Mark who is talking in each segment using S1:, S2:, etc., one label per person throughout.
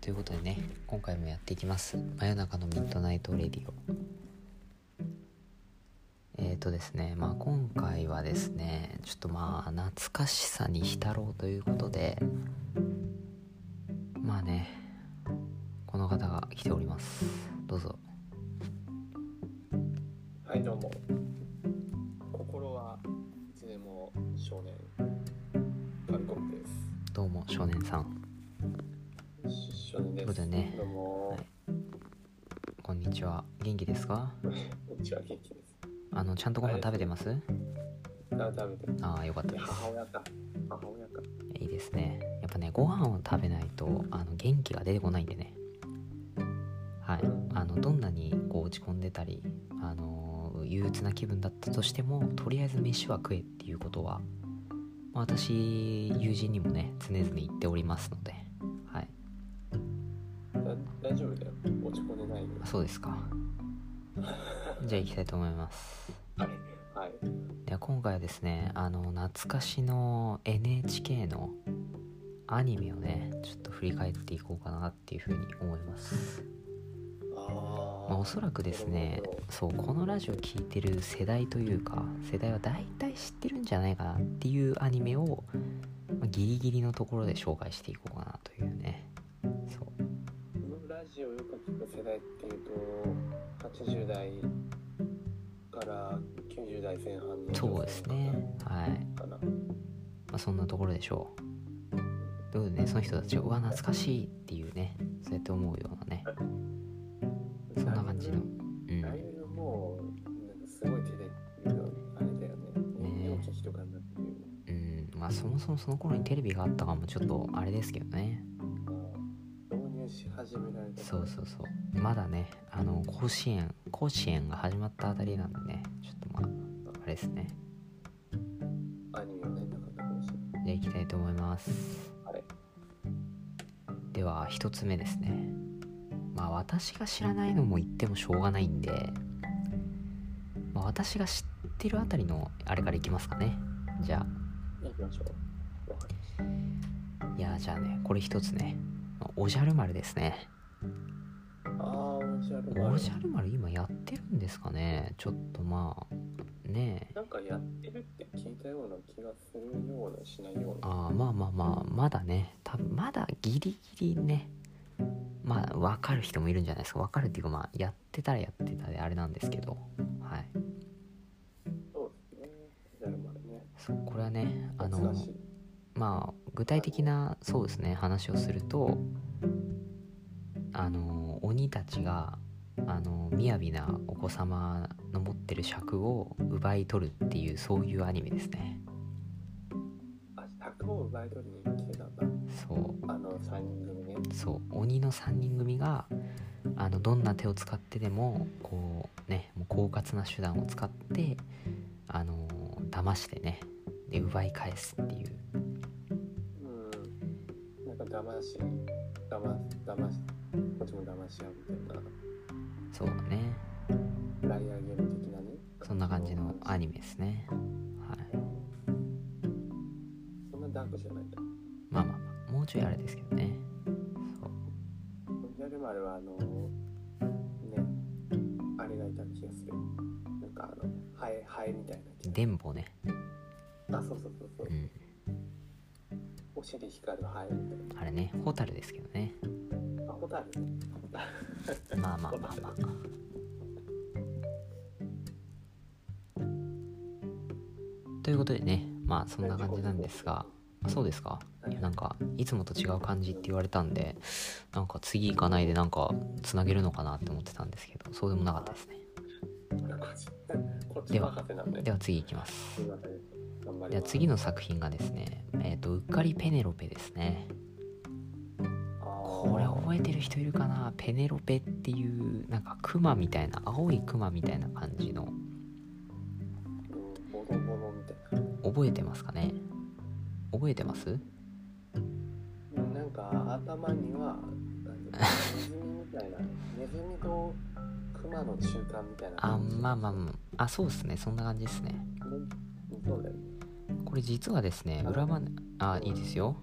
S1: ということでね今回もやっていきます「真夜中のミッドナイト・レディオ」えーとですねまあ今回はですねちょっとまあ懐かしさに浸ろうということでまあねこの方が来ておりますどうぞ
S2: はい、どうも。心はいつでも少年、韓国で
S1: どうも少年さん
S2: す。少年
S1: そ
S2: で
S1: うだ
S2: す。
S1: ね
S2: どうも、
S1: はいこんにちは元気ですか
S2: こんにちは、元気です。
S1: あのちゃんとご飯食べてます
S2: あ、食べてる。
S1: ああよかった
S2: で
S1: です
S2: 母親か。母親か。
S1: いいですねやっぱねご飯を食べないとあの元気が出てこないんでねはいあのどんなにこう落ち込んでたりあの憂鬱な気分だったとしてもとりあえず飯は食えっていうことは、まあ私友人にもね常々言っておりますのではい
S2: だ大丈夫だよ。落ち込んでないよ。
S1: あそうですかじゃあ行きたいと思います
S2: はい。はい。
S1: では今回はですねあの懐かしの NHK のアニメをねちょっと振り返っていこうかなっていうふうに思います、
S2: あ
S1: まあ、おそらくですねそうこのラジオ聴いてる世代というか世代は大体知ってるんじゃないかなっていうアニメを、まあギリギリのところで紹介していこうかなというねそう
S2: このラジオをよく聞く世代っていうと、80代から90代前半の女性の方
S1: そうですねはい
S2: かな。
S1: まあ、そんなところでしょう。ということでね、その人たちが、うわ、懐かしいっていうね、そうやって思うようなね、そんな感じの。うん
S2: ああい、うもうなんかすごい手で言うのあれだよね。
S1: ね
S2: 容器とかになってるよね。
S1: うん、まあ、そもそもその頃にテレビがあったかも、ちょっとあれですけどね。
S2: まあ導入し始められた。
S1: そうそうそう、まだね、あの甲子園、甲子園が始まったあたりなんでね、ちょっとまあ、あれですね。
S2: アニメはねなかったかもしれない。
S1: じゃあ、行きたいと思います。
S2: はい
S1: では、一つ目ですね。まあ、私が知らないのも言ってもしょうがないんで。まあ、私が知ってるあたりの、あれからいきますかね。じゃあ、
S2: 行きましょう。わかりまし
S1: いや、じゃあね、これ一つね。おじゃる丸ですね。
S2: たああ面白い。
S1: おじゃる丸今やってるんですかね。ちょっとまあ。ねえ。
S2: なんかやってるって聞いたような気がするようなしないような。
S1: あーまあまあまあまだね多分まだギリギリねまあ分かる人もいるんじゃないですか分かるっていうかまあやってたらやってたであれなんですけどはい
S2: そうですね。なるまでね。
S1: そうこれはねあの
S2: 懐かしい
S1: まあ具体的なそうですね話をするとあの鬼たちがあの雅なお子様の持ってる尺を奪い取るっていうそういうアニメですね
S2: あ、卓を奪い取りに来てたんだ。
S1: そう
S2: あの三人組ね。
S1: そう鬼の3人組があのどんな手を使ってでもこうねもう狡猾な手段を使ってあの騙してねで奪い返すっていう
S2: うん。なんか騙し、騙す、騙し、こっちも騙し合うみたいな。
S1: そうだね
S2: ライアーゲーム的なね
S1: そんな感じのア
S2: ニ
S1: ニメですね、はい、
S2: そんなダークじゃないんだ
S1: まあまあまあもうちょいあれですけどねそう
S2: ジャルマルはあのねあれがいた気がするなんかあのハエハエみたいな気が
S1: 電ボね、
S2: あそうそうそうそう
S1: うん、
S2: お尻光るハエみた
S1: あれねホタルですけどね
S2: いなあホタルね
S1: まあまあまあまあということでねまあそんな感じなんですがあそうですかいやなんかいつもと違う感じって言われたんでなんか次行かないでなんかつなげるのかなって思ってたんですけどそうでもなかったですね
S2: こっちこっち任せなんで
S1: では次行きます
S2: すいません頑張り
S1: では
S2: ます
S1: 次の作品がですねえっ、とうっかりペネロペですねこ
S2: こ
S1: れ覚えてる人いるかなペネロペっていうなんかクマみたいな青いクマみたいな感じの
S2: ボロボロみたいな
S1: 覚えてますかね覚えてます
S2: うんなんか頭にはなんかネズミみたいなネズミとクマの中間みたいな
S1: あ
S2: 感じ
S1: まあまあまああそうですねそんな感じですね
S2: うんそうだよね
S1: これ実はですね裏話あいいですよ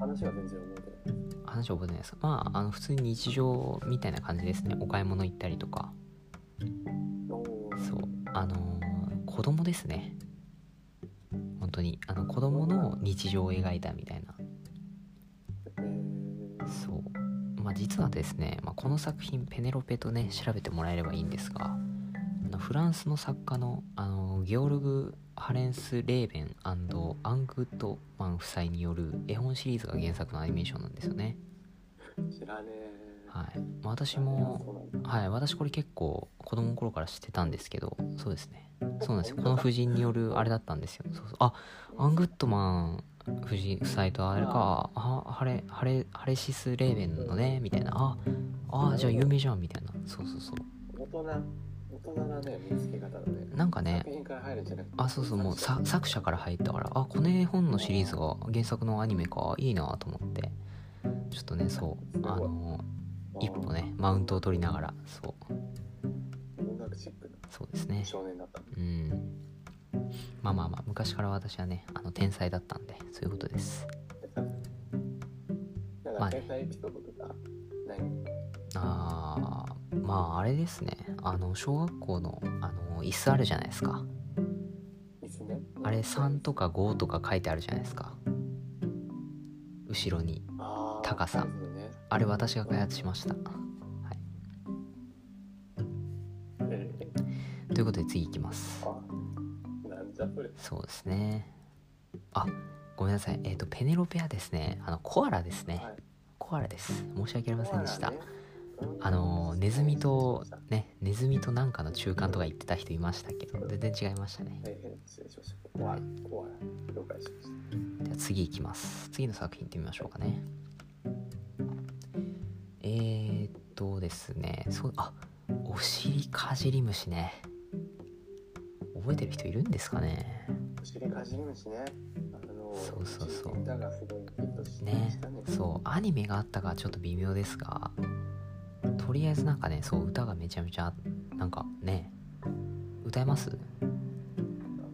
S2: 話は全然覚えてない
S1: あ話覚えてないですまああの普通に日常みたいな感じですねお買い物行ったりとか
S2: おー
S1: そうあのー子供ですね本当にあの子供の日常を描いたみたいな
S2: えー
S1: そうまあ実はですね、まあ、この作品ペネロペとね調べてもらえればいいんですがあのフランスの作家のあのゲオルグ・ハレンス・レーベンアングッドマン夫妻による絵本シリーズが原作のアニメーションなんですよね
S2: 知らねえ。
S1: はい、まあ、私もはい私これ結構子供の頃から知ってたんですけどそうですねそうなんですよこの夫人によるあれだったんですよそうそうあアングッドマン夫人夫妻とあれかあハレハレハレシス・レーベンのねみたいなああじゃあ有名じゃんみたいなそうそうそう
S2: 大人、大人なね、見つけ方だね。
S1: なんかね
S2: 作品から入るんじゃなくて。
S1: あそうそうもうさ作者から入ったからあこの絵本のシリーズが原作のアニメかいいなと思ってちょっとねそうあの一歩ねマウントを取りながらそう
S2: 音楽チック
S1: そうです
S2: な
S1: ね
S2: 少年だった。
S1: うんまあまあまあ昔から私はねあの天才だったんでそういうことです
S2: なん
S1: ま
S2: か
S1: あね
S2: 天才エピソードとかない
S1: あーまああれですねあの小学校のあの椅子あるじゃないですか
S2: ですね。
S1: あれ3とか5とか書いてあるじゃないですか後ろに
S2: あー
S1: 高さ
S2: そうですね
S1: あれ私が開発しました、は
S2: ええ
S1: い、ということで次いきます
S2: あなんじゃそれ。
S1: そうですねあごめんなさいえっ、とペネロペアですねあのコアラですね、
S2: はい
S1: コアラです申し訳ありませんでした、
S2: コアラね
S1: あのネズミとねネズミとなんかの中間とか言ってた人いましたけど全然違いましたね
S2: 大変失礼しました。怖い、怖い。了解しまし
S1: では次いきます次の作品いってみましょうかねえー、っとですねそうあお尻かじり虫ね覚えてる人いるんですかね
S2: た。お尻かじり虫ね。あの
S1: そうそうそう
S2: 歌がすごいヒットしまし
S1: ね
S2: たね。
S1: そうアニメがあったかちょっと微妙ですがとりあえずなんかねそう歌がめちゃめちゃなんかね歌えます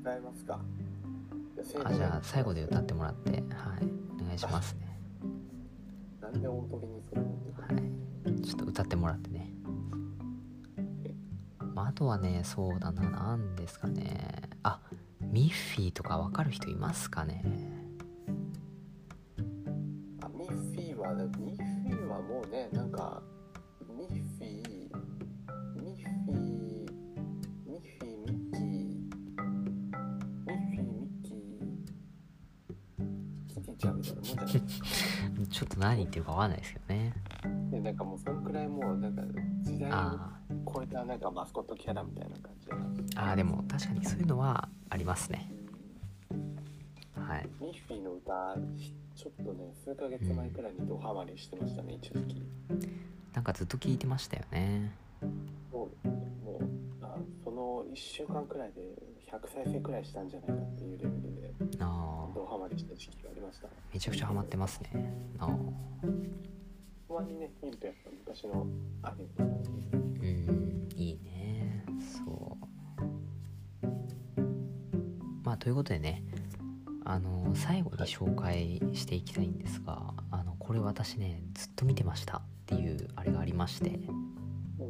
S2: 歌えますか。。
S1: あじゃあ最後で歌っててもらってはいお願いしますね
S2: なんで大鳥にするのってこ
S1: はい、ちょっと歌ってもらってね、まあ、あとはねそうだな何ですかねあミッフィーとか分かる人いますかね
S2: とあ、ミッフィーは、ミッフィーはもうね、なんか、ミッフィー、ミッフィー、ミッフィー、ミッキー、ミッフィー、ミッキー、キティちゃんみたいなもんじゃない
S1: ちょっと何言ってるか分かんないですけどね
S2: でなんかもうそのくらいもうなんか時代を
S1: あー
S2: 超えたなんかマスコットキャラみたいな感じだな
S1: あーでも確かにそういうのはありますねはい
S2: ミッフィーの歌ちょっとね数ヶ月前くらいにドハマりしてましたね一時期
S1: なんかずっと聞いてましたよね
S2: もうもうあその1週間くらいで100再生くらいしたんじゃないかっていうレベルで
S1: あー
S2: ドハマりした時期がありました
S1: めちゃくちゃハマってますねあー
S2: たまにね見るとやっぱ昔のアニメの
S1: うんいいねそうまあということでねあの最後に紹介していきたいんですがあのこれ私ねずっと見てましたっていうあれがありまして
S2: う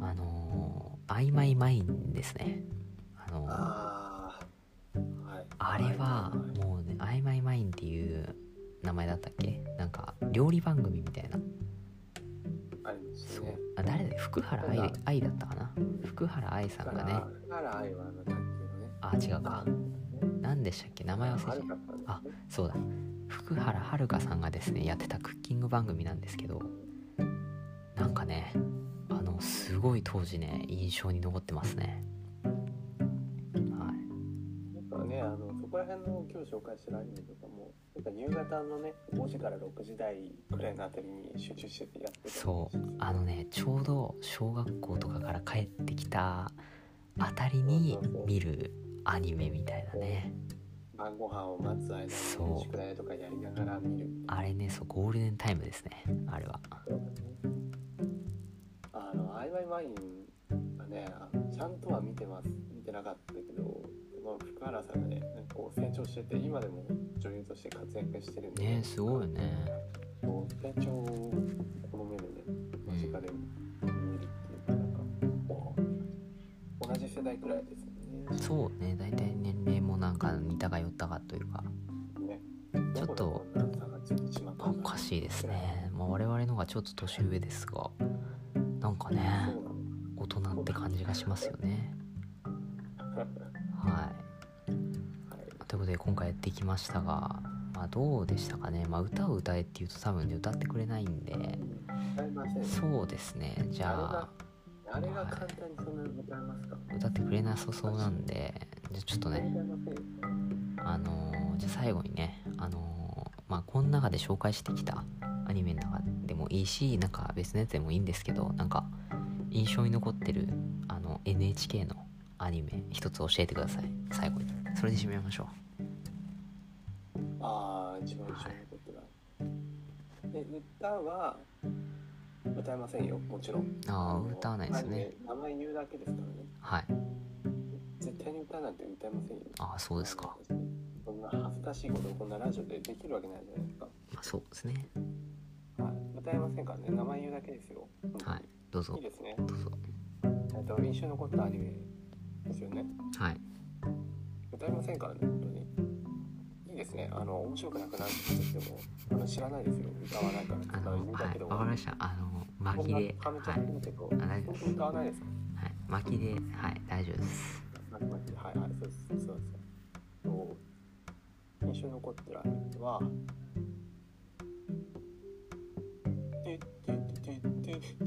S2: ん
S1: あの「曖昧マイン」ですねあの
S2: ああはい
S1: あれはもうね「曖昧マイン」っていう名前だったっけなんか料理番組みたいな
S2: ありました
S1: そう
S2: ね
S1: あ誰だ福原愛で愛だったかな福原愛さ
S2: だ
S1: ん
S2: か
S1: が
S2: ら
S1: ね
S2: だから愛はあなたっていうのね
S1: あ違うか何でしたっけ名前忘れちゃ
S2: あ
S1: っ
S2: るか
S1: た
S2: った
S1: あそうだ福原遥さんがですねやってたクッキング番組なんですけどなんかねあのすごい当時ね印象に残ってますねはい
S2: なんかね、あのそこら辺の今日紹介してるアニメとかもなんか夕方のね5時から6時台くらいのあたりに集中してやってた
S1: そうあのねちょうど小学校とかから帰ってきたあたりに見るアニメみたいなね
S2: 晩ご飯を待つ間に
S1: そう
S2: 宿題とかやりながら見る
S1: あれねそうゴールデンタイムですねあれは
S2: あの「アイワイワイン」がねあのちゃんとは見てます見てなかったけどの福原さんがねなんかこう成長してて今でも女優として活躍してるんで
S1: ねすごいよね
S2: こう成長をこの目でね間近で見るっていうかなんかこう同じ世代くらいですよ
S1: そうね大体年齢もなんか似たか寄ったかというか
S2: ねね
S1: ちょっと
S2: どこでこんな差がついてしまった
S1: お
S2: んだろう
S1: かしいですね、まあ、我々の方がちょっと年上ですがなんかね
S2: そうなんだ
S1: 大人って感じがしますよねはい
S2: はい
S1: ということで今回やってきましたが、まあ、どうでしたかね、まあ、歌を歌えっていうと多分ね歌ってくれないんで
S2: 歌いません
S1: そうですねじゃ
S2: あれが簡単にそんなに歌えますか
S1: あ歌ってくれなさそうなんでじゃあちょっと
S2: 歌え
S1: ね
S2: ませんよ
S1: あのーじゃあ最後にねあのーまあこの中で紹介してきたアニメの中でもいいしなんか別のやつでもいいんですけどなんか印象に残ってるあの NHK のアニメ一つ教えてください最後にそれで締めましょ
S2: ああ一番一番のことだで歌は歌えませんよもちろん
S1: うあ
S2: の
S1: あ歌わないですね
S2: アニメ名前言うだけですからね
S1: はい
S2: 絶対に歌なんて歌えませんよ
S1: ああそうですか
S2: そんな恥ずかしいことをこんなラジオでできるわけないじゃないですか、
S1: まあそうですね
S2: はい、歌えませんからね名前言うだけですよ
S1: はいどう
S2: い
S1: ぞ
S2: いですね
S1: どうぞ
S2: えっと印象に残ったアニメですよね
S1: はい
S2: 歌いませんからね本当にいいですねあの面白くなくなるって言ってもあの知らないですよ歌わないから
S1: あ
S2: 歌
S1: の
S2: う言うだ
S1: は
S2: け
S1: い
S2: で
S1: わかりましたあの巻
S2: こん
S1: き
S2: な
S1: で
S2: はめちゃ
S1: は
S2: って
S1: い、
S2: るけど、
S1: あ大丈夫
S2: 本
S1: です
S2: 当に歌わないです
S1: はい、巻きではい大丈夫です
S2: なんかはいはいそうですそうですそう印象に残ってるアニメは「トゥトゥトゥトゥトゥトゥ